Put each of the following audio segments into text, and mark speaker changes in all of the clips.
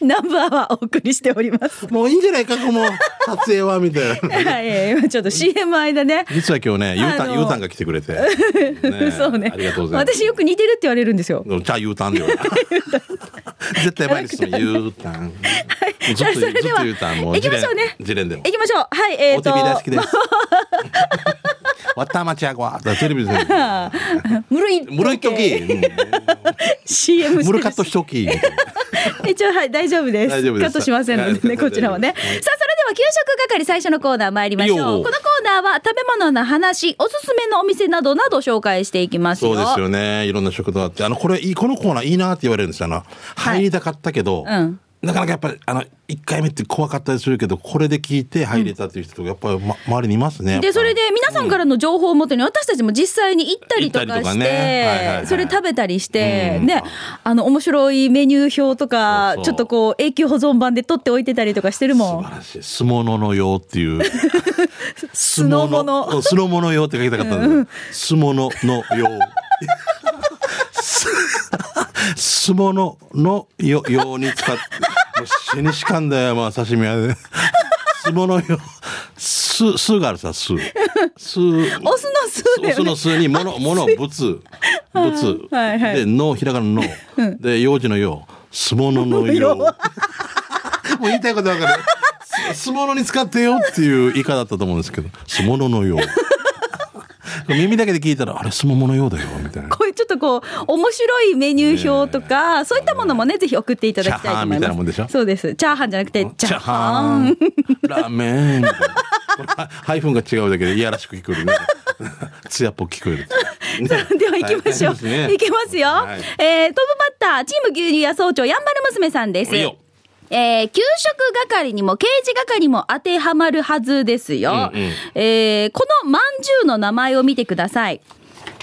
Speaker 1: ナンバーはお送りしております。
Speaker 2: もういいんじゃないか、この撮影 は、みたいな。
Speaker 1: はい、えー今ちょっと CM 間ね。
Speaker 2: 実は今日ね、ゆうた
Speaker 1: あ
Speaker 2: ん、
Speaker 1: の
Speaker 2: ゆうたんが来てくれ て。ね
Speaker 1: そうね。
Speaker 2: ありがとうございます。
Speaker 1: 私よく似てるって言われるんですよ。
Speaker 2: じゃあ、ゆうたん でよ。絶対前に進む、ゆうたん。ずっと、
Speaker 1: じゃあそ
Speaker 2: ずっ
Speaker 1: れでは
Speaker 2: とゆうたん、もう。
Speaker 1: 行きましょうね
Speaker 2: ジレンでも
Speaker 1: 行。きましょう。はい、えっ、
Speaker 2: お
Speaker 1: と
Speaker 2: 手。び大好きです。 わたまちゃごわ。テレビで。
Speaker 1: むるい。
Speaker 2: むるいとき。うん
Speaker 1: CM して
Speaker 2: む
Speaker 1: るし
Speaker 2: る かっとしとき。
Speaker 1: 一応はい大丈夫です
Speaker 2: 大丈夫です
Speaker 1: カットしませんのでね
Speaker 2: はい
Speaker 1: こちらはねさあそれでは給食係最初のコーナー参りましょう
Speaker 2: いいよ
Speaker 1: このコーナーは食べ物の話おすすめのお店などなど紹介していきます
Speaker 2: そ
Speaker 1: よ
Speaker 2: うですよね。いろんな食堂あって、あの、これ、いい、このコーナーいいなって言われるんですよ。あの、入りたかったけど、
Speaker 1: うん
Speaker 2: なかなかやっぱり、あの、1回目って怖かったりするけど、これで聞いて入れたっていう人がやっぱり、ま、周りにいますね。
Speaker 1: でそれで皆さんからの情報をもとに私たちも実際に行ったりと
Speaker 2: 行った
Speaker 1: か
Speaker 2: りとか
Speaker 1: し
Speaker 2: ねはいはいは
Speaker 1: て
Speaker 2: い
Speaker 1: それ食べたりして
Speaker 2: うん
Speaker 1: ねあの面白いメニュー表とか
Speaker 2: そう
Speaker 1: ちょ
Speaker 2: そう
Speaker 1: っとこう永久保存版で取っておいてたりとかしてるも
Speaker 2: 素
Speaker 1: ん
Speaker 2: 晴らしい。すもののようって いう。
Speaker 1: 酢の
Speaker 2: の
Speaker 1: 物
Speaker 2: すのものようって書きたかったんですよ。すもののよう。すもののよように使って、もう死にしかんだよ、まあ刺身はね。すものよう。す、すがあるさ、 す。す。
Speaker 1: お酢の酢だ
Speaker 2: お酢
Speaker 1: よね
Speaker 2: の酢に物、物、物、物。
Speaker 1: はいはい
Speaker 2: で、の、ひらがなのの。で、幼児のよう。すもののよう。もう言いたいことわかる。すものに使ってよっていう以下だったと思うんですけど、すもののよう。耳だけで聞いたら、あれ、すもものようだよ、みたいな。
Speaker 1: こういうちょっとこう面白いメニュー表とか、そういったものもねぜひ送っていただきたいと思います
Speaker 2: チャーハンみたいなもんでしょ
Speaker 1: そうですチャーハンじゃなくてチャーハン
Speaker 2: ン。ラーメン。 これはハイフンが違うだけでいやらしく聞こえるね。艶っぽく聞こえる。
Speaker 1: では行きましょう、
Speaker 2: はいはい
Speaker 1: 行きますよ、
Speaker 2: はい
Speaker 1: えートップバッターチーム牛乳屋総長やんばる娘さんです
Speaker 2: いいよ
Speaker 1: えー給食係にも刑事係も当てはまるはずですよ、
Speaker 2: うんうん
Speaker 1: えーこのまんじゅうの名前を見てください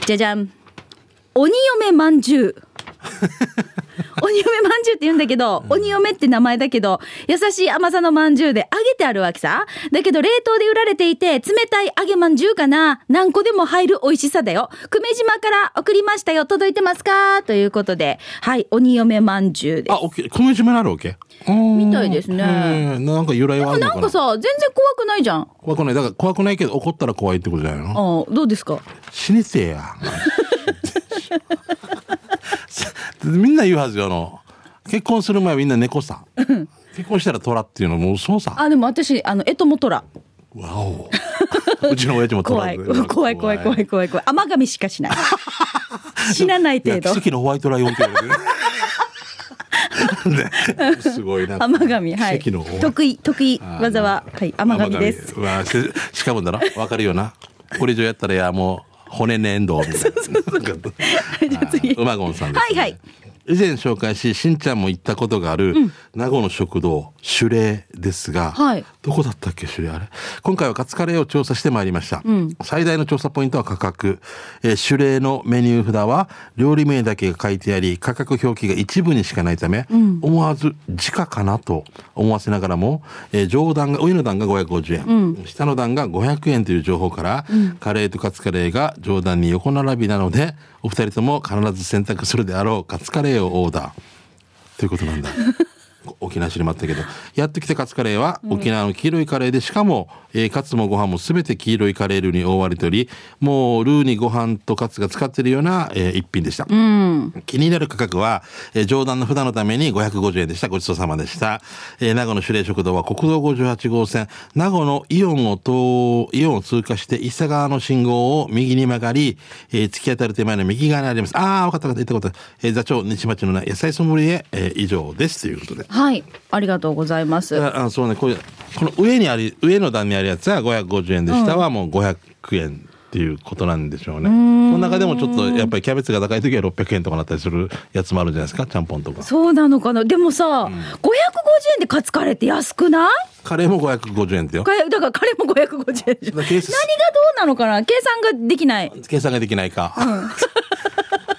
Speaker 1: じゃじゃん鬼嫁まんじゅう 鬼嫁まんじゅうって言うんだけど、鬼嫁って名前だけど、優しい甘さのまんじゅうで揚げてあるわけさ。だけど冷凍で売られていて、冷たい揚げまんじゅうかな。何個でも入る美味しさだよ。久米島から送りましたよ。届いてますかということで、はい、鬼嫁まんじゅうです
Speaker 2: あ、オッケー。この一面あるわけみ
Speaker 1: みたいですね
Speaker 2: なんか由来はあるの
Speaker 1: な
Speaker 2: か
Speaker 1: ん
Speaker 2: な
Speaker 1: かさ、全然怖くないじゃん。
Speaker 2: 怖くない。だから怖くないけど怒ったら怖いってことじゃないの
Speaker 1: ああ、どうですか
Speaker 2: 死ねてえや。みんな言うはずよ、あの。結婚する前はみんな猫さ。結婚したら虎っていうのもうそうさ。
Speaker 1: あ、でも私、あの、えともとら。
Speaker 2: わお。うちの親父も虎
Speaker 1: 怖い。怖い、怖い、怖い、怖い、怖い。甘噛みしか しない。死なない
Speaker 2: いや
Speaker 1: 程度
Speaker 2: 奇。跡のホワイトライオンって言わ れてるねすごいな
Speaker 1: 甘噛み、はい。
Speaker 2: 奇跡のホワイ
Speaker 1: 得意、得意
Speaker 2: あー
Speaker 1: 技は、はい、甘噛みです。
Speaker 2: 甘噛みうわししかもだろわかるよなこれ以上やったらいやもう骨ねえんど みたいな
Speaker 1: ゃあ次
Speaker 2: あーうまごんさんです、ね、
Speaker 1: はいはい
Speaker 2: 以前紹介ししんちゃんも行ったことがある名護の食堂シュレーですが、
Speaker 1: はい
Speaker 2: どこだったっけシュレーあれ今回はカツカレーを調査してまいりました、最大の調査ポイントは価格、えーシュレーのメニュー札は料理名だけが書いてあり価格表記が一部にしかないため、思わず時価かなと思わせながらも、えー上段が上の段が550円、下の段が500円という情報から、カレーとカツカレーが上段に横並びなのでお二人とも必ず選択するであろうカツカレーをオーダーということなんだこ沖縄知りまったけどやってきたカツカレーは沖縄の黄色いカレーでしかも、えーカツもご飯も全て黄色いカレールーに覆われておりもうルーにご飯とカツが使ってるような、えー一品でした、気になる価格は、えー上段の札のために550円でしたごちそうさまでした、えー名護の主霊食堂は国道58号線名護のイオンを通イオンを通過して伊佐川の信号を右に曲がり、えー突き当たる手前の右側にありますああ分かった分かった言ったこと、えー座長西町の野菜ソムリエ、えー以上ですということで
Speaker 1: はい、ありがとうございます。
Speaker 2: ああそうねこれこの上にあり上の段にあるやつは550円で下はもう500円っていうことなんでしょうね、この中でもちょっとやっぱりキャベツが高い時は600円とかなったりするやつもあるじゃないですかちゃんぽんとか
Speaker 1: そうなのかなでもさ、550円でカツカレーって安くない
Speaker 2: カレーも550円だよ
Speaker 1: かだからカレーも550円でしょ何
Speaker 2: だから
Speaker 1: が
Speaker 2: 計
Speaker 1: どう
Speaker 2: 算
Speaker 1: なのかな計算ができない。
Speaker 2: 計算ができないか、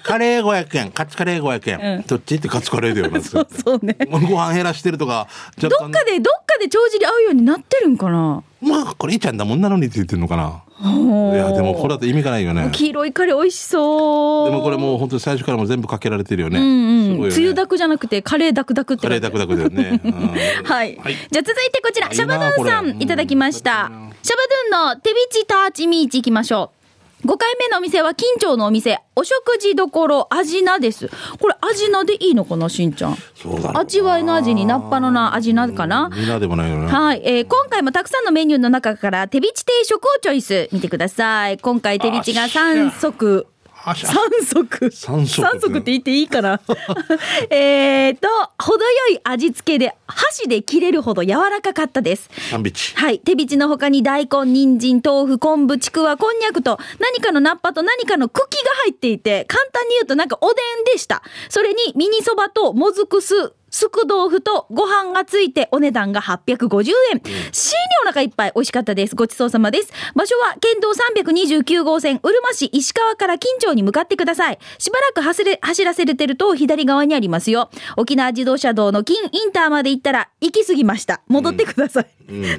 Speaker 2: カレー500円カツカレー500円、
Speaker 1: うん
Speaker 2: どっちってカツカレーだよなんて
Speaker 1: そうそうね。
Speaker 2: ご飯減らしてるとか若
Speaker 1: どっ
Speaker 2: 干
Speaker 1: かで、どっかで帳尻合うようになってるんかな
Speaker 2: まあこれいいちゃんだもんなのにって言ってるのかな
Speaker 1: ほう
Speaker 2: いやでもこれだと意味がないよね
Speaker 1: 黄色いカレー美味しそう
Speaker 2: でもこれもう本当に最初からもう全部かけられてるよね、
Speaker 1: うん
Speaker 2: す
Speaker 1: うん、
Speaker 2: ごいよね
Speaker 1: つゆだくじゃなくてカレーだくだくって
Speaker 2: カ
Speaker 1: 書い
Speaker 2: レ
Speaker 1: て
Speaker 2: ー
Speaker 1: ある
Speaker 2: ダクダクだよね、うん
Speaker 1: はい、じゃあ続いてこちら
Speaker 2: あいい
Speaker 1: シ
Speaker 2: な
Speaker 1: ャバドゥンさ
Speaker 2: これうん
Speaker 1: んいただきました
Speaker 2: いいな
Speaker 1: シャバドゥンの手ビチターチミーチいきましょう5回目のお店は近町のお店お食事どころ味なですこれ味なでいいのかなしんちゃん
Speaker 2: そうだろうな
Speaker 1: 味わいの味にナッパのな味なかな、
Speaker 2: みんなでもないよね
Speaker 1: はい、えー今回もたくさんのメニューの中から手ビチ定食をチョイス見てください今回手ビチが3足
Speaker 2: あしゃ
Speaker 1: 三足。
Speaker 2: 三足
Speaker 1: 三足って言っていいかな えーと、程よい味付けで、箸で切れるほど柔らかかったです。
Speaker 2: サンビッチ
Speaker 1: はい。手びちの他に大根、人参、豆腐、昆布、ちくわ、こんにゃくと、何かのナッパと何かの茎が入っていて、簡単に言うとなんかおでんでした。それに、ミニそばともずく酢、すく豆腐とご飯がついてお値段が850円。死にお腹いっぱい美味しかったです。ごちそうさまです。場所は県道329号線、うるま市石川から近町に向かってください。しばらく走れ走らせれてると左側にありますよ。沖縄自動車道の金インターまで行ったら行き過ぎました。戻ってください。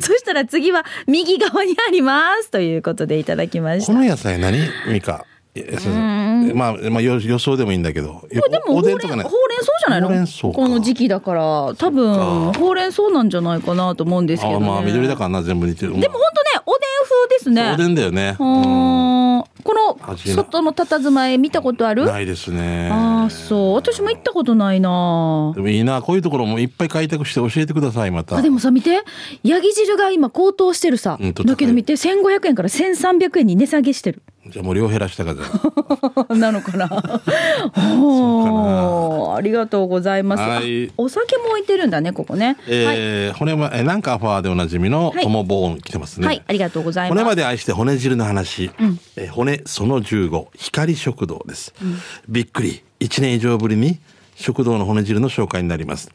Speaker 1: そしたら次は右側にあります。ということでいただきまし
Speaker 2: こ
Speaker 1: た。
Speaker 2: の野菜何ミカいやすいませんまあ、まあ、よ予想でもいいんだけど
Speaker 1: これでもほうれんほうれん草じゃないの
Speaker 2: ほうれん草か
Speaker 1: この時期だから、多分、ほうれん草なんじゃないかなと思うんですけど、
Speaker 2: あ
Speaker 1: ね。
Speaker 2: まあ緑だ
Speaker 1: で
Speaker 2: からな全部似てるで
Speaker 1: も本当ね、おでん風ですね。
Speaker 2: おでんだよね、
Speaker 1: うーんこの
Speaker 2: 味な
Speaker 1: 外の佇まい見たことある
Speaker 2: ないですね
Speaker 1: ああそう私も行ったことないな
Speaker 2: でもいいなこういうところもいっぱい開拓して教えてくださいまた
Speaker 1: あでもさ見てヤギ汁が今高騰してるさ、
Speaker 2: うんと高い
Speaker 1: だけど見て1500円から1300円に値下げ してる
Speaker 2: じゃあもう量減らしたから じゃあ
Speaker 1: なのかなおーありがとうございます、あ
Speaker 2: はい
Speaker 1: お酒も置いてるんだねここね、はい、
Speaker 2: えー骨まえなんかアファーでおなじみの
Speaker 1: はい
Speaker 2: トモボーン来てますね、
Speaker 1: はい、ありがとうございます
Speaker 2: 骨まで愛して骨汁の話、えー骨その15光食堂です、びっくり1年以上ぶりに食堂の骨汁の紹介になります、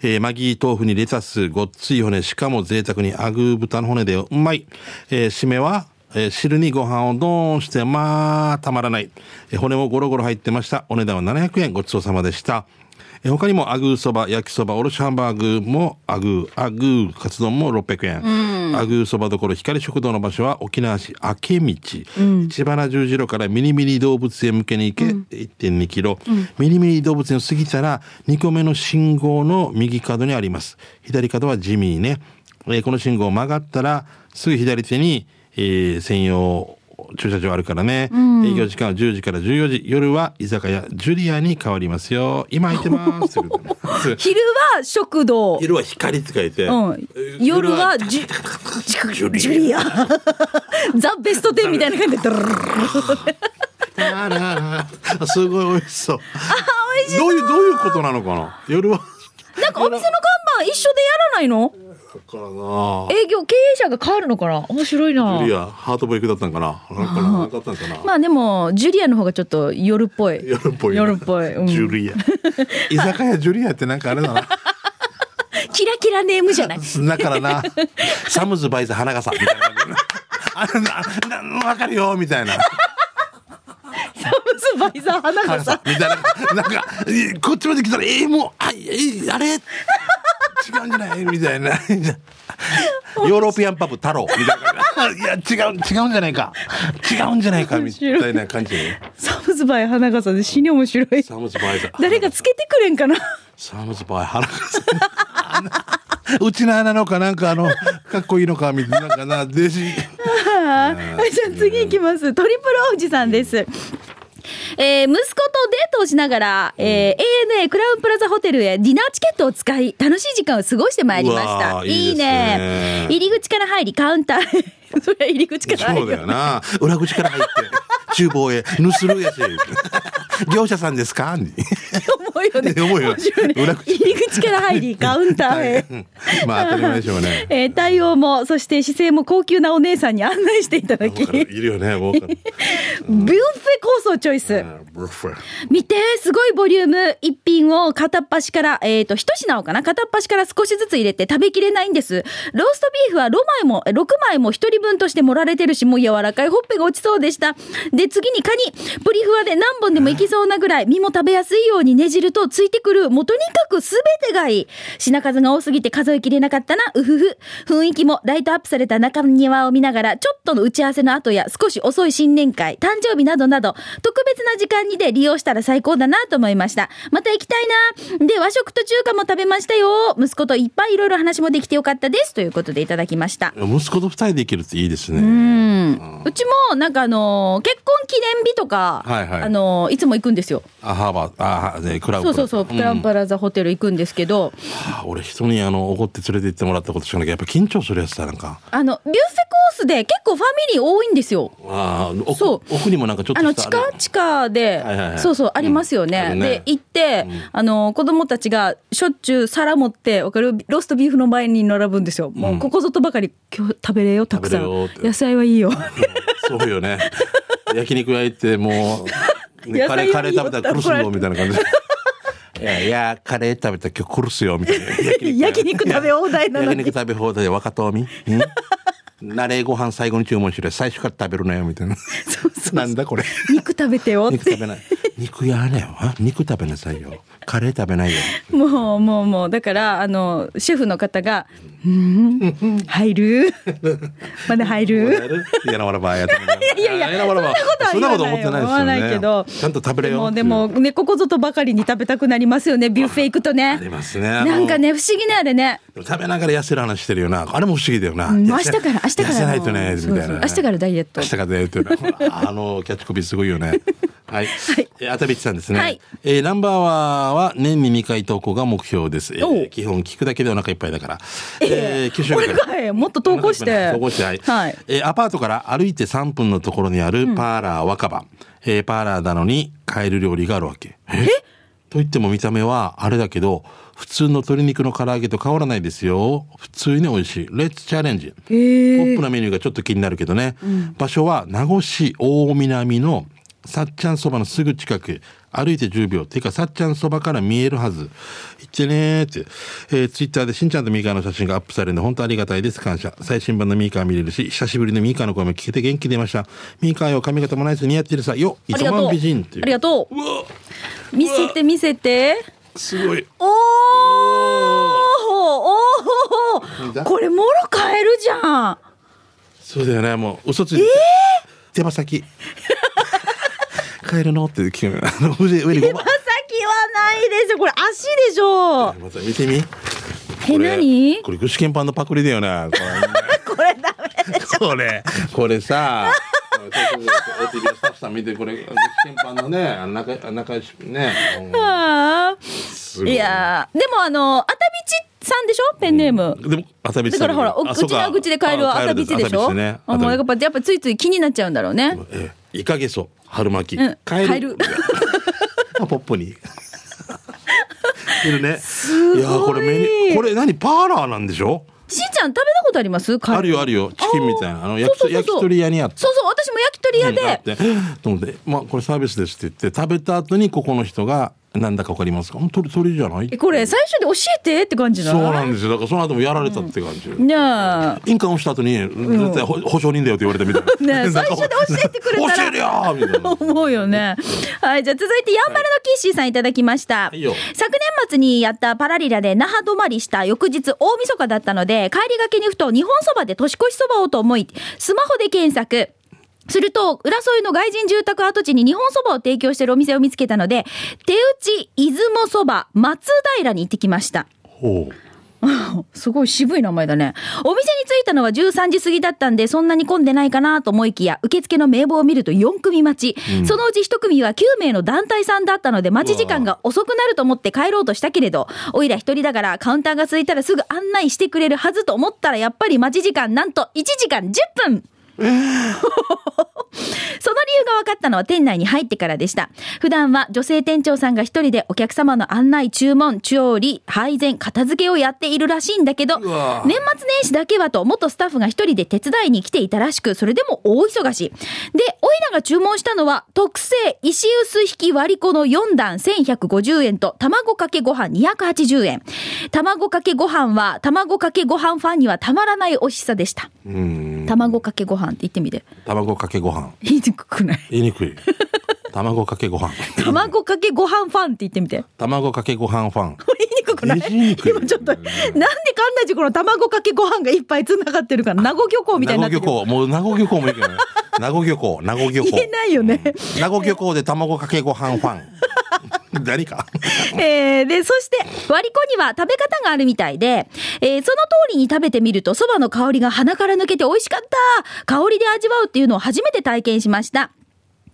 Speaker 2: えーマギー豆腐にレタスごっつい骨しかも贅沢にアグー豚の骨でうまい、えー締めは、えー汁にご飯をドーンしてまあたまらない、えー骨もゴロゴロ入ってましたお値段は700円ごちそうさまでしたえー他にもアグーそば焼きそばおろしハンバーグもアグーアグーカツ丼も600円、アグーそばどころ光食堂の場所は沖縄市明道、千葉十字路からミニミニ動物園向けに行け、1.2キロ、ミニミニ動物園を過ぎたら2個目の信号の右角にあります左角はジミーね、えーこの信号を曲がったらすぐ左手に、えー専用駐車場あるからね、営業時間は10時から14時夜は居酒屋ジュリアに変わりますよ今空いてます
Speaker 1: 昼は食堂
Speaker 2: 昼は光って書いて、
Speaker 1: うん、夜はジュジュジュリアザ・ベスト10みたいな感じでドルルルル
Speaker 2: あらあすごい美味しそう。どういうどういうことなのかな。夜は。
Speaker 1: なんかお店の看板一緒でやらないの
Speaker 2: だからな。
Speaker 1: 営業経営者が変わるのかな面白いな
Speaker 2: ジュリアハートブレイクだったんかな。なんかななんかあったんかな。
Speaker 1: まあでもジュリアの方がちょっと夜っぽい
Speaker 2: 夜っぽいね。
Speaker 1: 夜っぽい、うん
Speaker 2: ジュ リア。居酒屋ジュリアってなんかあれだな。
Speaker 1: キラキラネームじゃない
Speaker 2: だか らな。サムズバイズ花笠みたいな感じの。あななわかるよみたいな。
Speaker 1: サムスバイザー花
Speaker 2: 花
Speaker 1: がさ
Speaker 2: 笠 みたいな。なんかいこっちまで来たらえー、もうあえあれ違うんじゃない みたいな。ヨーロピアンパブ太郎みたいな。 いや違う違うんじゃないか違うんじゃないかみたいな 感じで
Speaker 1: サムスバイ花がさで死に面白い
Speaker 2: サムズバイザー
Speaker 1: 誰かつけてくれんかな
Speaker 2: サムズバイ花笠うちの花のかなんかあのかっこいいのかみたいななんかな弟子
Speaker 1: はい じゃあ次行きますトリプルおじさんですえー息子とデートをしながら、えー ANA クラウンプラザホテルへディナーチケットを使い楽しい時間を過ごしてまいりまし
Speaker 2: うわ
Speaker 1: た
Speaker 2: ーいいですね
Speaker 1: 入り口から入りカウンター へそれは入り口から入る
Speaker 2: そうだよな裏口から入って厨房へぬするやし 業者さんですかに
Speaker 1: 思うよね。
Speaker 2: 思うよ
Speaker 1: 面白いね
Speaker 2: 裏口
Speaker 1: 入り口から入り、カウンターへ。
Speaker 2: まあ当たり前でしょうね
Speaker 1: えー対応も、そして姿勢も高級なお姉さんに案内していただき、ビュ
Speaker 2: わかる
Speaker 1: ッ
Speaker 2: いるよねわかる
Speaker 1: フェコースをチョイス。
Speaker 2: ブッフェ
Speaker 1: 見て、すごいボリューム。一品を片っ端から、えっ、と、一品をかな片っ端から少しずつ入れて食べきれないんです。ローストビーフは6枚も、6枚も一人分として盛られてるし、もう柔らかいほっぺが落ちそうでした。で、次にカニ。プリフワで何本でもいけきそうなぐらい、身も食べやすいようにねじるとついてくる、もうとにかくすべてがいい。品数が多すぎて数えきれなかったな、うふふ。雰囲気もライトアップされた中庭を見ながら、ちょっとの打ち合わせの後や、少し遅い新年会、誕生日などなど、特別な時間にで利用したら最高だなと思いました。また行きたいな。で、和食と中華も食べましたよ。息子といっぱいいろいろ話もできてよかったです。ということでいただきました。
Speaker 2: 息子と二人で行けるっていいです
Speaker 1: う
Speaker 2: ね。
Speaker 1: ん、うちもなんかあのー結婚記念日とか、
Speaker 2: はいはい
Speaker 1: あのーいつも行くんですよ。
Speaker 2: あ、ハーバー、あ、ね、クラブ。
Speaker 1: そうそうそう、
Speaker 2: ん
Speaker 1: プランプラザホテル行くんですけど、
Speaker 2: あ俺人にあの、怒って連れて行ってもらったことしかないけど、やっぱ緊張するやつだ、なんか。
Speaker 1: あのビュッフェコースで結構ファミリー多いんですよ。
Speaker 2: ああ、
Speaker 1: そ
Speaker 2: 奥
Speaker 1: う
Speaker 2: 奥にもなんかちょっと
Speaker 1: あ
Speaker 2: し
Speaker 1: の
Speaker 2: た
Speaker 1: 地下地下で、
Speaker 2: はいはいはい
Speaker 1: そうそうありますよ
Speaker 2: うんあ
Speaker 1: ね。
Speaker 2: るね
Speaker 1: で行って、あの子供たちがしょっちゅう皿持ってわかるローストビーフの前に並ぶんですよ。もうここぞとばかり今日食べれよたくさん
Speaker 2: 食べれよって
Speaker 1: 野菜はいいよ。
Speaker 2: うんそう よね。焼肉焼いて、もう、ね
Speaker 1: 野菜
Speaker 2: カレー、カレー食べたら
Speaker 1: いいよ
Speaker 2: 苦すよ、みたいな 感じで。いやいや、カレー食べたら今日苦すよ、みた いな。
Speaker 1: 焼肉食べ放題なの
Speaker 2: 焼
Speaker 1: に
Speaker 2: 肉食べ放題で若とみ。 うんなれご飯最後に注文しろよ最初から食べるなよ、みたいな。なんだこれ。
Speaker 1: 肉食べてよっ
Speaker 2: 肉
Speaker 1: て
Speaker 2: 食べない。肉やれよ。あ肉食べなさいよ。カレー食べないよ。
Speaker 1: もうもうもうだからあのシェフの方が「うーん入 るまだ入る?」
Speaker 2: 嫌なわらばやってみ な
Speaker 1: いやいや
Speaker 2: 嫌なわらば
Speaker 1: そんなことは
Speaker 2: そんなこと思ってないですよね。
Speaker 1: 思わないけど
Speaker 2: ちゃんと食べれ
Speaker 1: で
Speaker 2: よ
Speaker 1: も
Speaker 2: ってい
Speaker 1: で
Speaker 2: う。
Speaker 1: もねここぞとばかりに食べたくなりますよねビュッフェ行くとね
Speaker 2: ありますね。
Speaker 1: なんかね不思議ねあれね
Speaker 2: でも食べながら痩せる話してるよな。あれも不思議だよな。
Speaker 1: うん
Speaker 2: 痩
Speaker 1: 明日
Speaker 2: せ
Speaker 1: から明日から
Speaker 2: 痩せないとね、み
Speaker 1: そ
Speaker 2: た
Speaker 1: うそう
Speaker 2: いなね。
Speaker 1: 明日からダイエット
Speaker 2: 明日からダイエットよなほら。あの、キャッチコピーすごいよ ね。はい。えー、あたびちさんですね。
Speaker 1: はい
Speaker 2: えーナンバーワンは年に2回投稿が目標です。えー
Speaker 1: おう
Speaker 2: 基本聞くだけでお腹いっぱいだから。えー、九州
Speaker 1: これかいもっと投稿して
Speaker 2: 投稿して、はい。
Speaker 1: はい
Speaker 2: えーアパートから歩いて3分のところにあるパーラー若葉。えーパーラーなのに買える料理があるわけ。えと言っても見た目はあれだけど、普通の鶏肉の唐揚げと変わらないですよ。普通に美味しい。レッツチャレンジ。
Speaker 1: え
Speaker 2: ポッ
Speaker 1: ー
Speaker 2: プなメニューがちょっと気になるけどね。場所は名護市大南のさっちゃんそばのすぐ近く。歩いて10秒。ていうか、さっちゃんそばから見えるはず。行ってねーって。えー、ツイッターでしんちゃんとみーかーの写真がアップされるの本当ありがたいです。感謝。最新版のみーかー見れるし、久しぶりのみーかーの声も聞けて元気出ました。みーかーよ、髪型もないです似合ってるさ。よ、
Speaker 1: あ
Speaker 2: 一
Speaker 1: りがとう
Speaker 2: 万
Speaker 1: あ
Speaker 2: 美人っていう。
Speaker 1: りがと
Speaker 2: うわ
Speaker 1: う見せて見せて
Speaker 2: すごい。
Speaker 1: おーお
Speaker 2: なん
Speaker 1: ー
Speaker 2: だ
Speaker 1: これもろ買えるじゃん
Speaker 2: そうだよね、もう嘘ついて。手 羽先。帰るのって聞く。あの、上上にご
Speaker 1: 手羽
Speaker 2: ま
Speaker 1: 先。はないでしょこれ足でしょ
Speaker 2: また見てみ。
Speaker 1: え
Speaker 2: これ
Speaker 1: 何
Speaker 2: これ具志堅パンのパクリだよな。こ
Speaker 1: これダメ
Speaker 2: れ これ、これさ。OTB のスタッフさん見てこれ具志堅パンのねあの中中井しね、
Speaker 1: あー
Speaker 2: うん
Speaker 1: いやーでもあの熱海ちさんでしょペンネーム、
Speaker 2: すごいでも熱海
Speaker 1: だ
Speaker 2: 市
Speaker 1: か
Speaker 2: さん
Speaker 1: らほら、お
Speaker 2: あ
Speaker 1: 口
Speaker 2: そうか
Speaker 1: の口でカエルは
Speaker 2: あ
Speaker 1: 朝
Speaker 2: カエル
Speaker 1: 道でしょ。
Speaker 2: すね
Speaker 1: あもうやっぱやっぱついつい気になっちゃうんだろうね。
Speaker 2: ええイカゲソ春巻き、
Speaker 1: うん
Speaker 2: カエル
Speaker 1: カエル
Speaker 2: あ ポップにいるね
Speaker 1: すごい
Speaker 2: やこれメニューこれ何パーラーなんでしょ
Speaker 1: しんちゃん食べたことあります？カエル
Speaker 2: あるよあるよチキンみたいなあの焼き
Speaker 1: そうそうそう
Speaker 2: 焼き鳥屋にあって
Speaker 1: そうそう、私も焼き鳥屋
Speaker 2: うんあっ
Speaker 1: で。
Speaker 2: てと思って「まあこれサービスです」って言って食べた後にここの人がなんだかわかりますかん鳥鳥じゃない
Speaker 1: えこれ最初で教えてって感じな
Speaker 2: そう
Speaker 1: の。
Speaker 2: なんですよだからその後もやられたって感じ、
Speaker 1: ねえ。
Speaker 2: 印鑑をした後に絶対保保証人だよって言われたみたいな。
Speaker 1: ねえ最初で教えてくれたら
Speaker 2: 教えるよーみたいな。
Speaker 1: 思うよね。はい、じゃあ続いて、やんばるのキッシーさんいただきました。
Speaker 2: いよ
Speaker 1: 昨年末にやったパラリラで那覇泊まりした翌日大晦日だったので、帰りがけにふと日本そばで年越しそばをと思い、スマホで検索。すると、浦添の外人住宅跡地に日本そばを提供しているお店を見つけたので、手打ち出雲そば松平に行ってきました。
Speaker 2: ほう
Speaker 1: すごい渋い名前だね。お店に着いたのは13時過ぎだったんで、そんなに混んでないかなと思いきや、受付の名簿を見ると4組待ち。そのうち1組は9名の団体さんだったので、待ち時間が遅くなると思って帰ろうとしたけれど、おいら1人だからカウンターが空いたらすぐ案内してくれるはずと思ったら、やっぱり待ち時間なんと1時間10分その理由が分かったのは店内に入ってからでした。普段は女性店長さんが一人でお客様の案内、注文、調理、配膳、片付けをやっているらしいんだけど、
Speaker 2: う
Speaker 1: 年
Speaker 2: わ
Speaker 1: 末年始だけはと元スタッフが一人で手伝いに来ていたらしく、それでも大忙し。で、おいらが注文したのは特製石臼引き割り子の4段1150円と卵かけご飯280円。卵かけご飯は卵かけご飯ファンにはたまらない美味しさでした。
Speaker 2: うん
Speaker 1: 卵かけご飯って言ってみて。
Speaker 2: 卵かけご飯
Speaker 1: 言いにくくない
Speaker 2: 言いにくい卵かけご飯。
Speaker 1: 卵かけご飯ファンって言ってみ て。
Speaker 2: 卵かけご飯ファン。
Speaker 1: 言いにくくない
Speaker 2: 言いにくい
Speaker 1: 今ちょっと、なんで関内寺この卵かけご飯がいっぱい繋がってるから、名護漁港みたい
Speaker 2: 名
Speaker 1: にな
Speaker 2: 護
Speaker 1: ってるよ。
Speaker 2: 漁港。もう名護漁港もいいけどね。名護漁港、名護漁港。
Speaker 1: 言えないよね
Speaker 2: うん。名護漁港で卵かけご飯ファン。 何か。
Speaker 1: えー、で、そして、割り子には食べ方があるみたいで、えーその通りに食べてみると、蕎麦の香りが鼻から抜けて美味しかった香りで味わうっていうのを初めて体験しました。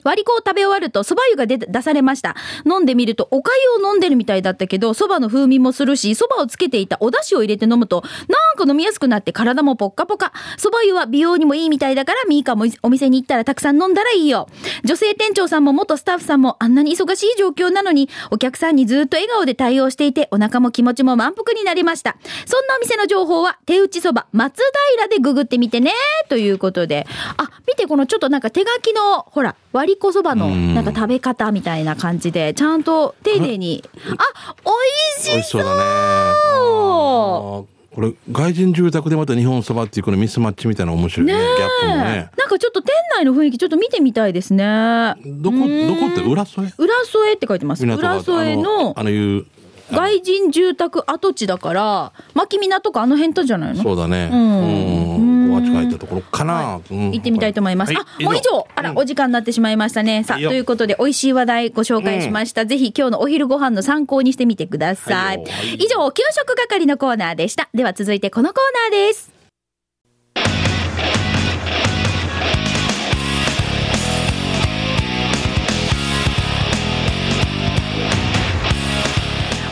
Speaker 1: 割り子を食べ終わると蕎麦湯が出出されました。飲んでみるとお粥を飲んでるみたいだったけど、蕎麦の風味もするし、蕎麦をつけていたお出汁を入れて飲むと、なんか飲みやすくなって体もポッカポカ。蕎麦湯は美容にもいいみたいだから、ミーカもお店に行ったらたくさん飲んだらいいよ。女性店長さんも元スタッフさんもあんなに忙しい状況なのに、お客さんにずっと笑顔で対応していて、お腹も気持ちも満腹になりました。そんなお店の情報は、手打ちそば松平でググってみてね、ということで。あ、見てこのちょっとなんか手書きの、ほら、割りこそばの
Speaker 2: うん
Speaker 1: なんか食べ方みたいな感じで、ちゃんと丁寧に。あ、美
Speaker 2: 美
Speaker 1: 味
Speaker 2: 味
Speaker 1: し
Speaker 2: し
Speaker 1: い
Speaker 2: そうだね。
Speaker 1: そ
Speaker 2: あーこれ、外人住宅でまた日本そばっていうこのミスマッチみたいなの面白いね。ギャップもね。
Speaker 1: なんかちょっと店内の雰囲気ちょっと見てみたいですね。
Speaker 2: どこ、どこって裏添え
Speaker 1: 浦添って書いてます。
Speaker 2: 港が
Speaker 1: 浦添の
Speaker 2: あの、あのいう、
Speaker 1: 外人住宅跡地だから、牧港かあの辺とじゃないの
Speaker 2: そうだね。
Speaker 1: うん
Speaker 2: うん。ここが近いったところかな。うん
Speaker 1: 行ってみたいと思います。
Speaker 2: は
Speaker 1: あ、もう以上あら、お時間になってしまいましたね。さあ、
Speaker 2: いいよ
Speaker 1: ということで、美味しい話題ご紹介しました。ぜひ今日のお昼ご飯の参考にしてみてください。
Speaker 2: はいよはい
Speaker 1: 以上、給食係のコーナーでした。では続いてこのコーナーです。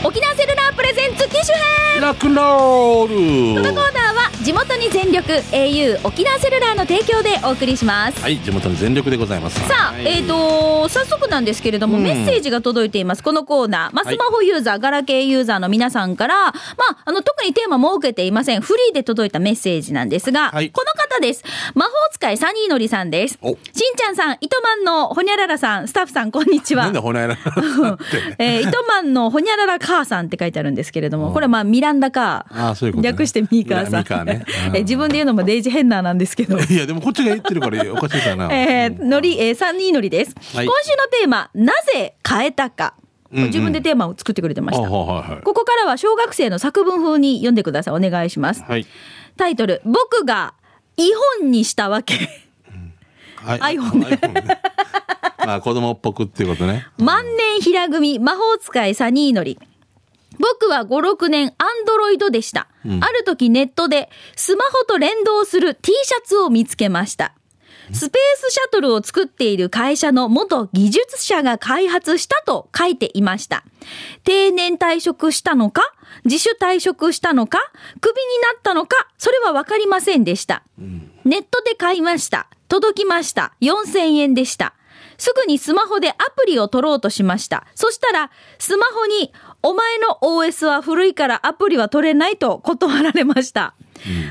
Speaker 1: 沖縄セルラープレゼンツ機種編
Speaker 2: ラクンロ
Speaker 1: この
Speaker 2: ー
Speaker 1: コーナ
Speaker 2: ル
Speaker 1: ーは地元に全力 au 沖縄セルラーの提供でお送りします。
Speaker 2: はい、地元に全力でございます。
Speaker 1: さあ、
Speaker 2: はい
Speaker 1: えっ、と早速なんですけれども、
Speaker 2: うん
Speaker 1: メッセージが届いています。このコーナー、まあ、
Speaker 2: はい
Speaker 1: スマホユーザー、ガラケーユーザーの皆さんから、まあ、あの、特にテーマ設けていません。フリーで届いたメッセージなんですが、
Speaker 2: はい
Speaker 1: この方です。魔法使いサニーのりさんです。し
Speaker 2: お
Speaker 1: んちゃんさん、糸満のほにゃららさん、スタッフさん、こんにちは。
Speaker 2: なんでほなやらなって。
Speaker 1: えー、糸満のほにゃらら母さんって書いてあるんですけれども、これはまあミランダカー。
Speaker 2: あーそういうことね
Speaker 1: 略してミーカーさん。
Speaker 2: ミカーねうん
Speaker 1: えー自分で言うのもデイジヘンナーなんですけど。
Speaker 2: いや、でもこっちが言ってるからおかしいかな。
Speaker 1: えー、のり、えー、三人のりです。
Speaker 2: はい
Speaker 1: 今週のテーマ、なぜ変えたか。
Speaker 2: うんうん
Speaker 1: 自分でテーマを作ってくれてま
Speaker 2: あ
Speaker 1: した。
Speaker 2: はいはいはい。
Speaker 1: ここからは小学生の作文風に読んでください。お願いします。
Speaker 2: はい。
Speaker 1: タイトル、僕が違本にしたわけ。
Speaker 2: はい
Speaker 1: iPhone ね
Speaker 2: iPhone ね まあ、子供っぽくっていうことね。
Speaker 1: 万年平組魔法使いサニーノリ。僕は5、6年アンドロイドでした。ある時ネットでスマホと連動する T シャツを見つけました。スペースシャトルを作っている会社の元技術者が開発したと書いていました。定年退職したのか自主退職したのかクビになったのかそれはわかりませんでした。ネットで買いました。届きました。4000円でした。すぐにスマホでアプリを取ろうとしました。そしたら、スマホに、お前の OS は古いからアプリは取れないと断られました。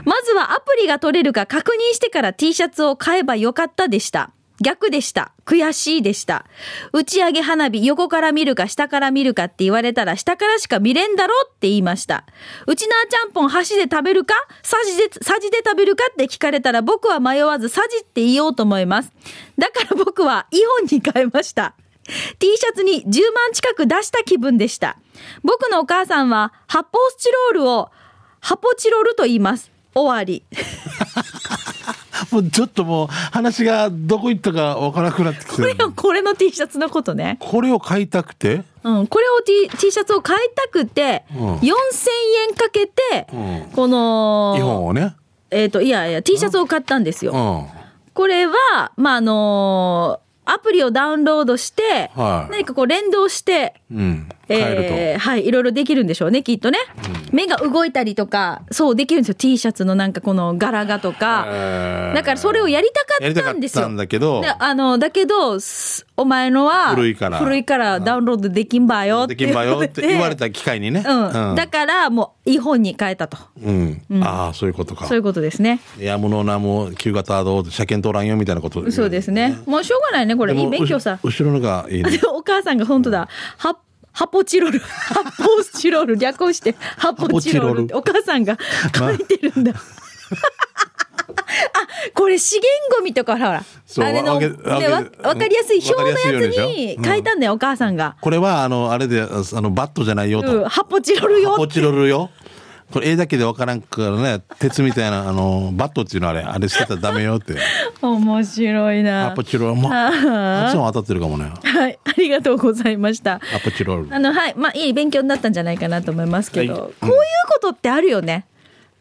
Speaker 1: まずはアプリが取れるか確認してから T シャツを買えばよかったでした。逆でした。悔しいでした。打ち上げ花火、横から見るか下から見るかって言われたら、下からしか見れんだろって言いました。うちなーちゃんぽん箸で食べるかさじで、さじで食べるかって聞かれたら、僕は迷わずさじって言おうと思います。だから僕は、イオンに変えました。T シャツに10万近く出した気分でした。僕のお母さんは、発泡スチロールを、ハポチロルと言います。終わり。
Speaker 2: もうちょっともう話がどこ行ったかわからなくなってきて
Speaker 1: これ
Speaker 2: る。
Speaker 1: を、これの T シャツのことね。
Speaker 2: これを買いたくて
Speaker 1: うん、これを T, T シャツを買いたくて、
Speaker 2: うん
Speaker 1: 4000円かけて、
Speaker 2: うん
Speaker 1: こ
Speaker 2: 日本
Speaker 1: の、
Speaker 2: をね。
Speaker 1: えっ、と、いやいや、T シャツを買ったんです
Speaker 2: う
Speaker 1: よ。
Speaker 2: ん。は
Speaker 1: これは、まあ、あのーアプリをダウンロードして、
Speaker 2: はい
Speaker 1: 何かこう連動して、
Speaker 2: い。うん。買えると。
Speaker 1: えーはい、いろいろできるんでしょうね、きっとね。目が動いたりとか、そうできるんですよ。T シャツのなんかこの柄がとか。
Speaker 2: えー
Speaker 1: だからそれをやりたかったんですよ。
Speaker 2: やりたかったんだけど
Speaker 1: であの、だけど、すお前のは、
Speaker 2: 古いから
Speaker 1: 古いからダウンロードできんばよって
Speaker 2: できんばよって言われた
Speaker 1: け
Speaker 2: 機会にね。
Speaker 1: ど。うん。だから、もう、違本に変えたと。
Speaker 2: うん。ああ、そういうことか
Speaker 1: そう。いうことですね。
Speaker 2: いや、無能なもう旧型どう車検通らんよみたいなこと。
Speaker 1: そうですね。もうしょうがないね、こ
Speaker 2: で
Speaker 1: れ。
Speaker 2: も。
Speaker 1: いい勉強さ。
Speaker 2: うし後ろのがいいね。
Speaker 1: でお母さんが本当だ。はハポチロル、 発泡スチロール、略をして、 ハポチロールって、お母さんが書いてるんだ。あ、これ資源ゴミとかほらほ
Speaker 2: そう
Speaker 1: らあれの
Speaker 2: わけ
Speaker 1: ね
Speaker 2: わけ
Speaker 1: わわかりやすい表の
Speaker 2: わかり
Speaker 1: や
Speaker 2: や
Speaker 1: つ
Speaker 2: すいように
Speaker 1: に
Speaker 2: でしょ
Speaker 1: 書いたんだよ、お母さんが。
Speaker 2: これは、あの、あれで、あの、バットじゃないよ
Speaker 1: うん、
Speaker 2: と。
Speaker 1: ハポチロルよ
Speaker 2: ポ。チロルよ。これ、絵だけでわからんからね、鉄みたいな、あの、バットっていうのあれ、あれしてたらダメよって。
Speaker 1: 面白いな。
Speaker 2: アポチロルも、発音当たってるかもね。
Speaker 1: はい、ありがとうございました。
Speaker 2: アポチロル
Speaker 1: あ。の、はい、まあ、いい勉強になったんじゃないかなと思いますけど、
Speaker 2: はい
Speaker 1: こういうことってあるよね。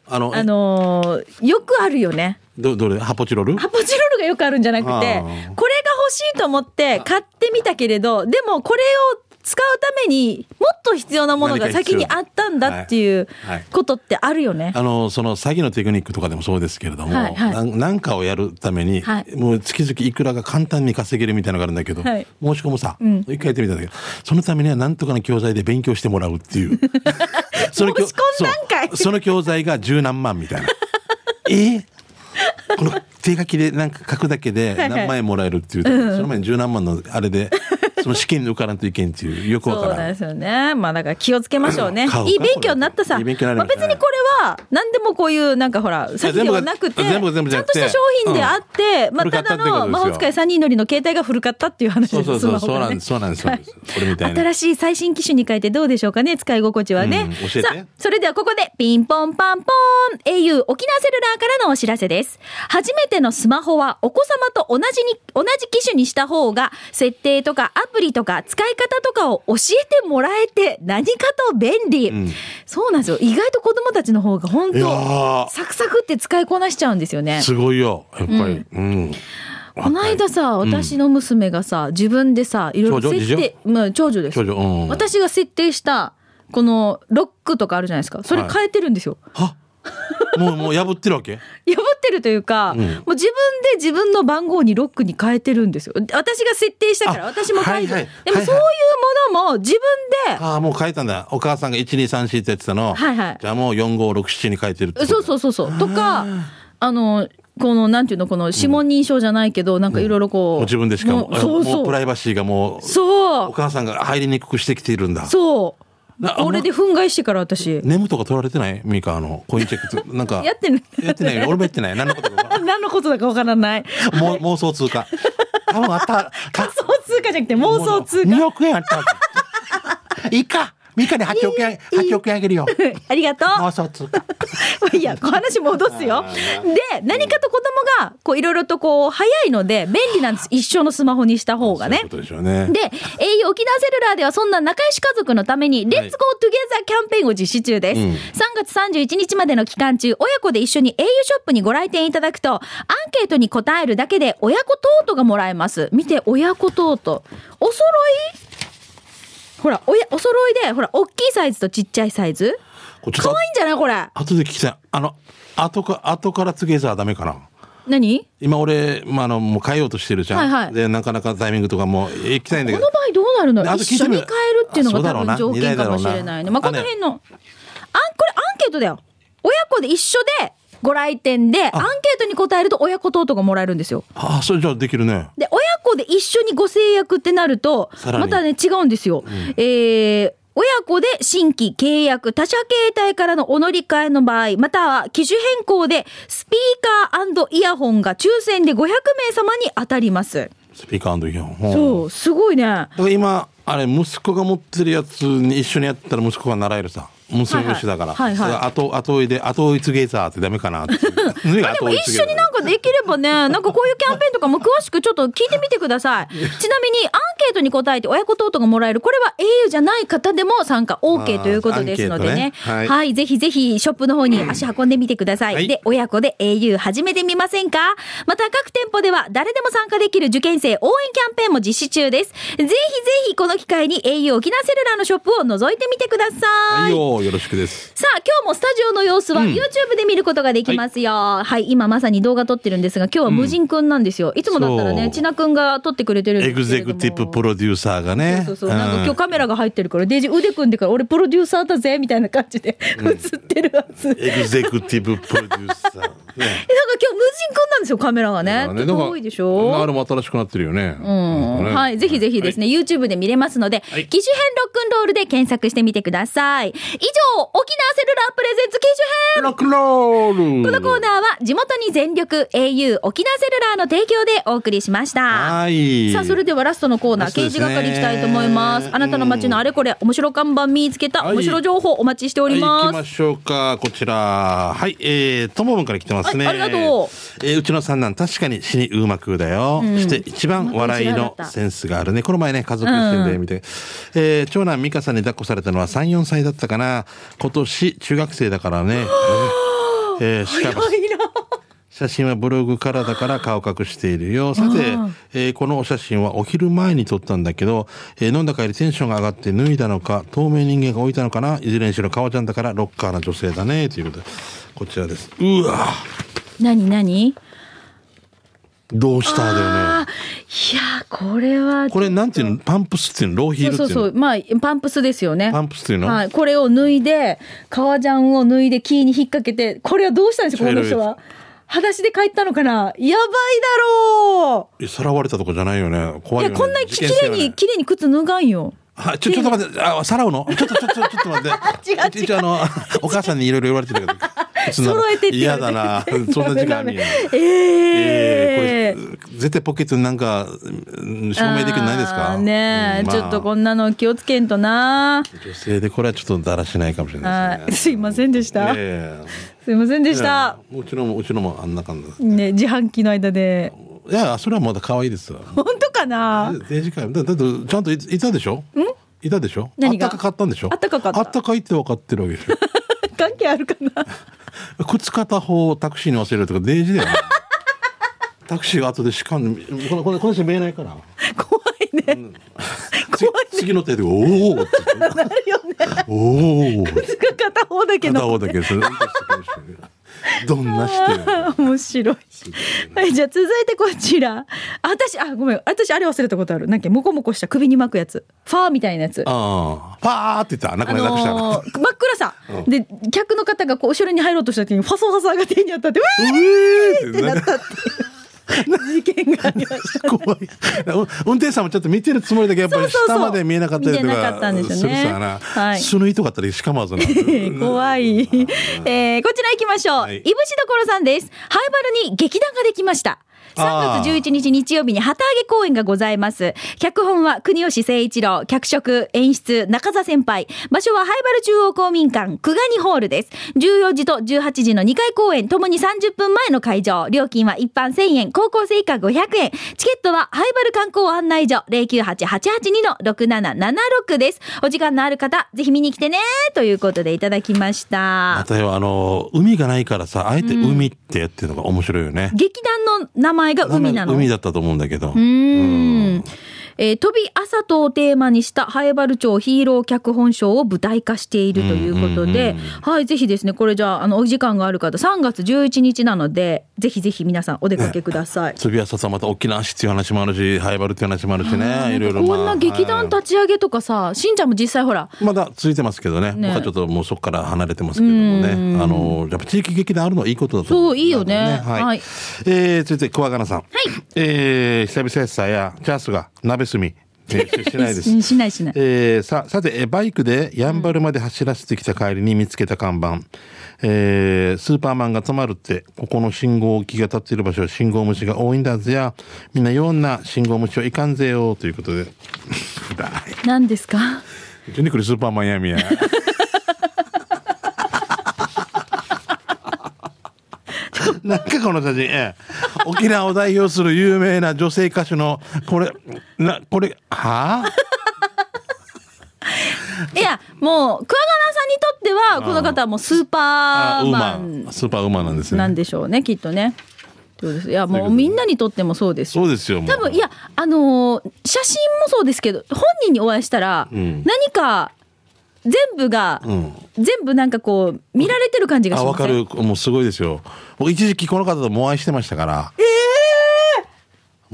Speaker 2: あの、
Speaker 1: あのーよくあるよね。
Speaker 2: ど、どれハポチロル
Speaker 1: ハポチロールがよくあるんじゃなくて、
Speaker 2: あ
Speaker 1: こ
Speaker 2: ー
Speaker 1: れが欲しいと思って買ってみたけれど、でもこれを使うためにもっと必要なものが先にあったんだっていう
Speaker 2: はいはい
Speaker 1: ことってあるよね。
Speaker 2: あの、その詐欺のテクニックとかでもそうですけれども、
Speaker 1: はいはい
Speaker 2: なんなんかをやるために、
Speaker 1: はい
Speaker 2: もう月々いくらが簡単に稼げるみたいなのがあるんだけど、
Speaker 1: はい
Speaker 2: 申し込むさ、
Speaker 1: ん
Speaker 2: 一回やってみたんだけど、そのためには何とかの教材で勉強してもらうっ ていう。その教
Speaker 1: 申し込んだんかい
Speaker 2: そうその教材が十何万みたいな。 えーこの手書きでなんか書くだけ
Speaker 1: は
Speaker 2: で
Speaker 1: いはい
Speaker 2: 何万円もらえるっていう、その前に十何万のあれで、その試験に受からんといけんっていう、よくわ
Speaker 1: そ
Speaker 2: か
Speaker 1: う
Speaker 2: ら
Speaker 1: なん
Speaker 2: ん
Speaker 1: で。すよね。まあだから気をつけましょうね
Speaker 2: 買う。か
Speaker 1: いい勉強になったさ。
Speaker 2: いい勉強になり
Speaker 1: まあ
Speaker 2: ました
Speaker 1: 別にこれは何でもこういうなんかほら、詐欺ではなくて、ちゃ
Speaker 2: 全
Speaker 1: ん
Speaker 2: 部が全部全部じゃな
Speaker 1: と
Speaker 2: く
Speaker 1: してた商品であって、
Speaker 2: うん
Speaker 1: まあただ
Speaker 2: 古かったってことです
Speaker 1: の
Speaker 2: よ
Speaker 1: 魔法使い三人乗りの携帯が古かったっていう話
Speaker 2: そ
Speaker 1: で
Speaker 2: うそ
Speaker 1: す。
Speaker 2: う
Speaker 1: ス
Speaker 2: そう、
Speaker 1: マホ
Speaker 2: そう
Speaker 1: が
Speaker 2: な
Speaker 1: ね
Speaker 2: んです、そうなんです、そうなんです。これみたいな。
Speaker 1: 新しい最新機種に変えてどうでしょうかね使い心地はね、
Speaker 2: うん教えて
Speaker 1: さあそれではここでピンポンパンポーン au 沖縄セルラーからのお知らせです初めてのスマホはお子様と同じに同じ機種にした方が設定とかアプリとか使い方とかを教えてもらえて何かと便利、
Speaker 2: うん
Speaker 1: そうなんですよ意外と子供たちの方が本
Speaker 2: いや
Speaker 1: 当
Speaker 2: ー
Speaker 1: サクサクって使いこなしちゃうんですよね
Speaker 2: すごいよ、やっぱり。うん。
Speaker 1: この間さ、
Speaker 2: ん
Speaker 1: 私の娘がさ、自分でさ、いろいろ
Speaker 2: 長女
Speaker 1: 設定、まあ、長女です
Speaker 2: 長。女、うん。
Speaker 1: 私が設定したこのロックとかあるじゃないですかそれ
Speaker 2: はい
Speaker 1: 変えてるんですよ、
Speaker 2: は もう、もう破ってるわけ
Speaker 1: 破ってるというか、
Speaker 2: ん
Speaker 1: もう自分で自分の番号にロックに変えてるんですよ私が設定したから
Speaker 2: あ
Speaker 1: 私も解除、
Speaker 2: はいはい
Speaker 1: でも
Speaker 2: はいはい
Speaker 1: そういうものも自分で、
Speaker 2: ああ、もう変えたんだ。お母さんが1234ってやってたの。
Speaker 1: はいはい
Speaker 2: じゃあもう4567に変えてるってこと
Speaker 1: そうそうそうそうとかあのこのなんていうのこの指紋認証じゃないけど、なんかいろいろこう、
Speaker 2: もう自分でしかも、
Speaker 1: うそう
Speaker 2: も
Speaker 1: そう
Speaker 2: プラ
Speaker 1: う
Speaker 2: イバシーがもう、
Speaker 1: そ
Speaker 2: お
Speaker 1: う
Speaker 2: 母さんが入りにくくしてきているんだ。
Speaker 1: そう
Speaker 2: な
Speaker 1: 俺で憤慨してから私
Speaker 2: ネムとか取られてないミカ、あの、コインチェックつ、なんか。
Speaker 1: やってない
Speaker 2: やってないよね。俺もやってない。何のことか分か
Speaker 1: 何のことだかわから ない
Speaker 2: らん。もう妄想通貨。多分あった。
Speaker 1: 仮想通貨じゃなくて妄想通貨
Speaker 2: 2億円あったわけ。いいか。ミカに8億円、8億円あげるよ。
Speaker 1: ありがとう
Speaker 2: 妄想通貨。
Speaker 1: まあいいや、話戻すよ。で、何かと子供が、こう、いろいろとこう、早いので、便利なんです。一生のスマホにした方がね
Speaker 2: そういう。ことでしょうね。
Speaker 1: で、au 沖縄セルラーではそんな仲良し家族のために、レッツゴートゥゲザーキャンペーンを実施中です。
Speaker 2: うん
Speaker 1: 3月31日までの期間中、親子で一緒に au ショップにご来店いただくと、アンケートに答えるだけで親子トートがもらえます。見て、親子トート。お揃いほら、おや、お揃いで、ほら、大きいサイズとちっちゃいサイズ
Speaker 2: これちょっ
Speaker 1: 可
Speaker 2: と
Speaker 1: 愛いんじゃないこれ。
Speaker 2: 後で聞きたい。あの、後か、後から告げざはダメかな。
Speaker 1: 何
Speaker 2: 今俺、まあ、あの、もう変えようとしてるじゃん。
Speaker 1: はいはい
Speaker 2: で、なかなかタイミングとかもう行きたいんだ
Speaker 1: こ
Speaker 2: け
Speaker 1: の
Speaker 2: ど。
Speaker 1: 場合どうなるの
Speaker 2: あと
Speaker 1: 一
Speaker 2: 聞い
Speaker 1: 緒
Speaker 2: て
Speaker 1: に
Speaker 2: み
Speaker 1: 変
Speaker 2: る
Speaker 1: えるっていうの
Speaker 2: あそう
Speaker 1: が多
Speaker 2: だろう
Speaker 1: 分
Speaker 2: な
Speaker 1: 条件かもしれ
Speaker 2: 二台だ
Speaker 1: ない
Speaker 2: ろ
Speaker 1: うね。
Speaker 2: な
Speaker 1: まあ、この辺の、あん、これアンケートだよ。親子で一緒でご来店で、アンケートに答えると親子等とかもらえるんですよ。
Speaker 2: ああ、それじゃあできるね。
Speaker 1: で、親子で一緒にご制約ってなると、
Speaker 2: さらに
Speaker 1: またね、違うんですよ。えー親子で新規契約、他社携帯からのお乗り換えの場合、または機種変更で、スピーカーイヤホンが抽選で500名様に当たります。
Speaker 2: スピーカーイヤホン。
Speaker 1: そう、すごいね。
Speaker 2: だから今、あれ、息子が持ってるやつに一緒にやったら息子が習えるさ。娘同士だから。
Speaker 1: はいはいはいはい
Speaker 2: だから後、後追いで、後追いつげざーってダメかなっていう。何 が
Speaker 1: で
Speaker 2: 後
Speaker 1: も
Speaker 2: 追い
Speaker 1: 一緒になんかできればね、 なんかこういうキャンペーンとかも詳しくちょっと聞いてみてくだ さい。ちなみにアンケートに答えて親子等々がもらえる、これは au じゃない方でも参加 OK ということですのでね。
Speaker 2: アンケートね
Speaker 1: は、
Speaker 2: はいい
Speaker 1: ぜひぜひショップの方に足運んでみてください。
Speaker 2: はい
Speaker 1: で、親子で au 始めてみませんかまた各店舗では誰でも参加できる受験生応援キャンペーンも実施中です。ぜひぜひこの機会に au 沖縄セルラーのショップを覗いてみてくださ
Speaker 2: はいよ、よろしくです。
Speaker 1: さあ、今日もスタジオの様子は YouTube で見ることができますよ。はい、今まさに動画撮ってるんですが、今日は無人くんなんですよ。いつもだったら
Speaker 2: そ
Speaker 1: ね、
Speaker 2: う
Speaker 1: 千奈くんが撮ってくれてるんですけ
Speaker 2: エグ
Speaker 1: れども
Speaker 2: ゼクティブプロデューサーがね。
Speaker 1: そうそうそう。なんか
Speaker 2: うん
Speaker 1: 今日カメラが入ってるから、デイジ腕組んでから、俺プロデューサーだぜ、みたいな感じで映ってるはず。え
Speaker 2: エグゼクティブプロデューサー。
Speaker 1: なんか今日無
Speaker 2: ね。
Speaker 1: 人くんなんですよ、カメラがね。ちょっと多いでしょ
Speaker 2: あれも新しくなってるよね。う
Speaker 1: うんはい、ぜひぜひですね、YouTube で見れますので、
Speaker 2: はい
Speaker 1: 機種編ロックンロールで検索してみてください。以上、沖縄セルラープレゼンツ機種編
Speaker 2: ロックンロール
Speaker 1: このコーナーは地元に全力 au 沖縄セルラーの提供でお送りしました。
Speaker 2: はい
Speaker 1: さあ、それではラストのコーナー、
Speaker 2: ラスト
Speaker 1: 刑
Speaker 2: です
Speaker 1: 事
Speaker 2: ね
Speaker 1: 係いきたいと思います。あなたの街のあれこれ、面白看板見つけた、
Speaker 2: はい
Speaker 1: 面白情報お待ちしております。
Speaker 2: はい、行きましょうか。こちら。はい、えー、ともぶんから来てますね。
Speaker 1: はいありがと
Speaker 2: えー、うちの三男、確かに死にうまくだよ。そして、一番笑いのセンスがあるね。この前ね、家族視点で見て、えー、長男、美香さんに抱っこされたのは3、4歳だったかな。今年、中学生だから ね。えー、しかも、写真はブログからだから顔隠しているよ。さて、えーこのお写真はお昼前に撮ったんだけど、えー飲んだ帰りテンションが上がって脱いだのか、透明人間が置いたのかな、いずれにしろ顔ちゃんだからロッカーな女性だね、ということで、こちらです。うわ
Speaker 1: なになに
Speaker 2: どうしただよね。
Speaker 1: あいやー、これは、
Speaker 2: これなんていうのパンプスっていうのローヒ
Speaker 1: そう
Speaker 2: ールって
Speaker 1: そ
Speaker 2: いうう
Speaker 1: そ
Speaker 2: の
Speaker 1: う、まあ、パンプスですよね。
Speaker 2: パンプスっていうの、
Speaker 1: はい、これを脱いで、革ジャンを脱いで、キーに引っ掛けて、これはどうしたんでしょう、こ
Speaker 2: 茶色
Speaker 1: の
Speaker 2: い
Speaker 1: 人は。裸足で帰ったのかなやばいだろ
Speaker 2: えさらわれたとこじゃないよね。
Speaker 1: う、
Speaker 2: 怖い
Speaker 1: いや、
Speaker 2: よね。
Speaker 1: こんな
Speaker 2: 事
Speaker 1: き
Speaker 2: 件
Speaker 1: 綺
Speaker 2: 性
Speaker 1: 麗
Speaker 2: はね
Speaker 1: に、綺麗に靴脱がんよ。
Speaker 2: はい、ちょ、ちょっと待って、あ、さら うのちょっと、ちょっと、ちょっと待って。
Speaker 1: 違う違う
Speaker 2: 一応あの、お母さんにいろいろ言われてたけど。
Speaker 1: 揃えてって言わ
Speaker 2: 嫌
Speaker 1: れて
Speaker 2: だな。 そんな時間あるよ。
Speaker 1: ええ
Speaker 2: えーこれ絶対ポケットになんか、うん証明できるのないです
Speaker 1: あ
Speaker 2: か
Speaker 1: ーねえ、
Speaker 2: うんまあ
Speaker 1: ちょっとこんなの気をつけんとな。
Speaker 2: 女性でこれはちょっとだらしないかもしれない
Speaker 1: は
Speaker 2: で
Speaker 1: い、
Speaker 2: す
Speaker 1: す
Speaker 2: ね。
Speaker 1: いませんでした。
Speaker 2: ええ
Speaker 1: すいませんでした。
Speaker 2: いやうちのも、うちのもあんな感じです。
Speaker 1: ね、自販機の間で。
Speaker 2: いや、それはまだ可愛いですよ。
Speaker 1: 本当かな
Speaker 2: デジカルだだってちゃんといいたでしょいたでしょあっ
Speaker 1: 何が
Speaker 2: たかかったんでしょ
Speaker 1: あったかかった
Speaker 2: あったかいって分かってるわけでしょ
Speaker 1: 関係あるかな
Speaker 2: 靴片方をタクシーに忘れるとかデージだよね タクシーが後でしかんこのこのこの人見えないから
Speaker 1: 怖いね。
Speaker 2: つ次の手で「おお!」って言って
Speaker 1: なるよね。
Speaker 2: 「おお!」
Speaker 1: つか片方だけ
Speaker 2: 片
Speaker 1: の。
Speaker 2: 方だけそれどんなしてよ
Speaker 1: あー 面白い。はい、じゃあ続いてこちら。あ私、あ、ごめん。私、あれ忘れたことある。なんか、もこもこした首に巻くやつ。ファーみたいなやつ。
Speaker 2: ああパーって言ったな
Speaker 1: あ
Speaker 2: くなくしたな
Speaker 1: のー真っ暗さ。で、客の方がこう後ろに入ろうとした時に、ファソファサが手にあったって、う
Speaker 2: う
Speaker 1: え
Speaker 2: えー
Speaker 1: ー
Speaker 2: って
Speaker 1: って
Speaker 2: な
Speaker 1: なんった
Speaker 2: か
Speaker 1: っていう 事件がありました。
Speaker 2: 怖い 運転手さんもちょっと見てるつもりだけどやっぱり
Speaker 1: そうそうそう
Speaker 2: 下まで見えなかったりとか
Speaker 1: 見てなかったんですよね
Speaker 2: するさな、
Speaker 1: はい
Speaker 2: 素の糸があったりしかもあざな
Speaker 1: 怖い。えーこちら行きましょう。
Speaker 2: はい
Speaker 1: いぶしどころさんです。ハイバルに劇団ができました。3
Speaker 2: あ
Speaker 1: 月
Speaker 2: ー
Speaker 1: 11日日曜日に旗揚げ公演がございます。脚本は国吉誠一郎、脚色、演出、中澤先輩。場所はハイバル中央公民館、久我にホールです。14時と18時の2回公演、ともに30分前の会場。料金は一般1000円、高校生以下500円。チケットはハイバル観光案内所098-882-6776です。お時間のある方、ぜひ見に来てねということでいただきました。
Speaker 2: あとはあの海がないからさあえて海ってやってるのが面白いよね、
Speaker 1: 劇団の名前が海なの。
Speaker 2: 海だったと思うんだけど、
Speaker 1: うーん。えー、飛び朝とをテーマにした、ハエバル町ヒーロー脚本賞を舞台化しているということで、
Speaker 2: うんうん
Speaker 1: はい、ぜひですね、これじゃあ、あの、お時間がある方、3月11日なので、ぜひぜひ皆さんお出かけください。
Speaker 2: つびやささまた大きな足っていう話もあるし、ハイバルっていう話もあるしね、いろいろ、まあ
Speaker 1: こんな劇団
Speaker 2: は
Speaker 1: 立ち上げとかさ、しんちゃんも実際ほら、
Speaker 2: いまだ続いてますけどね。
Speaker 1: ね
Speaker 2: 僕はちょっともうそこから離れてますけどもね。あの、やっぱ地域劇団あるのはいいことだと思
Speaker 1: そういいよね
Speaker 2: はい。
Speaker 1: はい
Speaker 2: えー、続いて、桑原さん。はい。えー、久々やさや、チャンスが、鍋済み。えーししないです。
Speaker 1: ししないしない。
Speaker 2: えーささてえーバイクでやんばるまで走らせてきた帰りに見つけた看板、えースーパーマンが止まるってここの信号機が立っている場所は信号無視が多いんだぜやみんなような信号無視はいかんぜよということでだい
Speaker 1: 何です か
Speaker 2: ジュニクルスーパーマンやみや なんかこの写真、ええ沖縄を代表する有名な女性歌手のこれなこれはあ
Speaker 1: いや、もう、桑原さんにとっては、この方はもうスーパ
Speaker 2: あウ
Speaker 1: ー
Speaker 2: ー
Speaker 1: マ
Speaker 2: マ
Speaker 1: ン
Speaker 2: ンスーパーウーマンなんですね
Speaker 1: なんでしょうね、きっとね。そうです。いや、
Speaker 2: そういう
Speaker 1: も
Speaker 2: こ
Speaker 1: う
Speaker 2: と
Speaker 1: みんなにとってもそうですよ
Speaker 2: そうですよもう
Speaker 1: 多分、いや、あのー写真もそうですけど、本人にお会いしたら、
Speaker 2: ん
Speaker 1: 何か、全部が、
Speaker 2: うん
Speaker 1: 全部なんかこう、見られてる感じが
Speaker 2: あ
Speaker 1: し
Speaker 2: わ
Speaker 1: ます
Speaker 2: かるもうすごいですよ僕一時期この方ともお会いしてましたからええ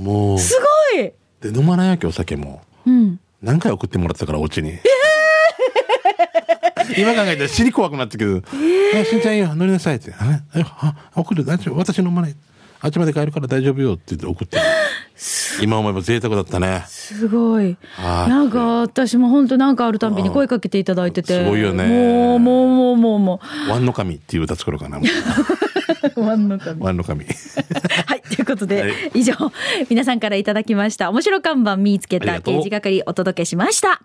Speaker 2: もう
Speaker 1: すごい
Speaker 2: で飲まないわけお酒も
Speaker 1: うん。
Speaker 2: 何回送ってもらったからお家にええ今考えたら尻怖くなってくる「えしんちゃんいいよ乗りなさい」って「あ えあ送る大丈夫私飲まないあっちまで帰るから大丈夫よ」って言って送って
Speaker 1: す
Speaker 2: 今思えば贅沢だったね。
Speaker 1: すごい。
Speaker 2: あー
Speaker 1: なんか私も本当なんかあるたんびに声かけていただいてて。
Speaker 2: すごいよね
Speaker 1: もうもうもうもうも
Speaker 2: ワンの神っていう歌作ろうかな。
Speaker 1: う。ワンの 神
Speaker 2: ワンの神。
Speaker 1: はい、ということで、
Speaker 2: はい
Speaker 1: 以上、皆さんからいただきました。面白看板見つけ
Speaker 2: あり
Speaker 1: た
Speaker 2: がとう
Speaker 1: 刑事係お届けしました。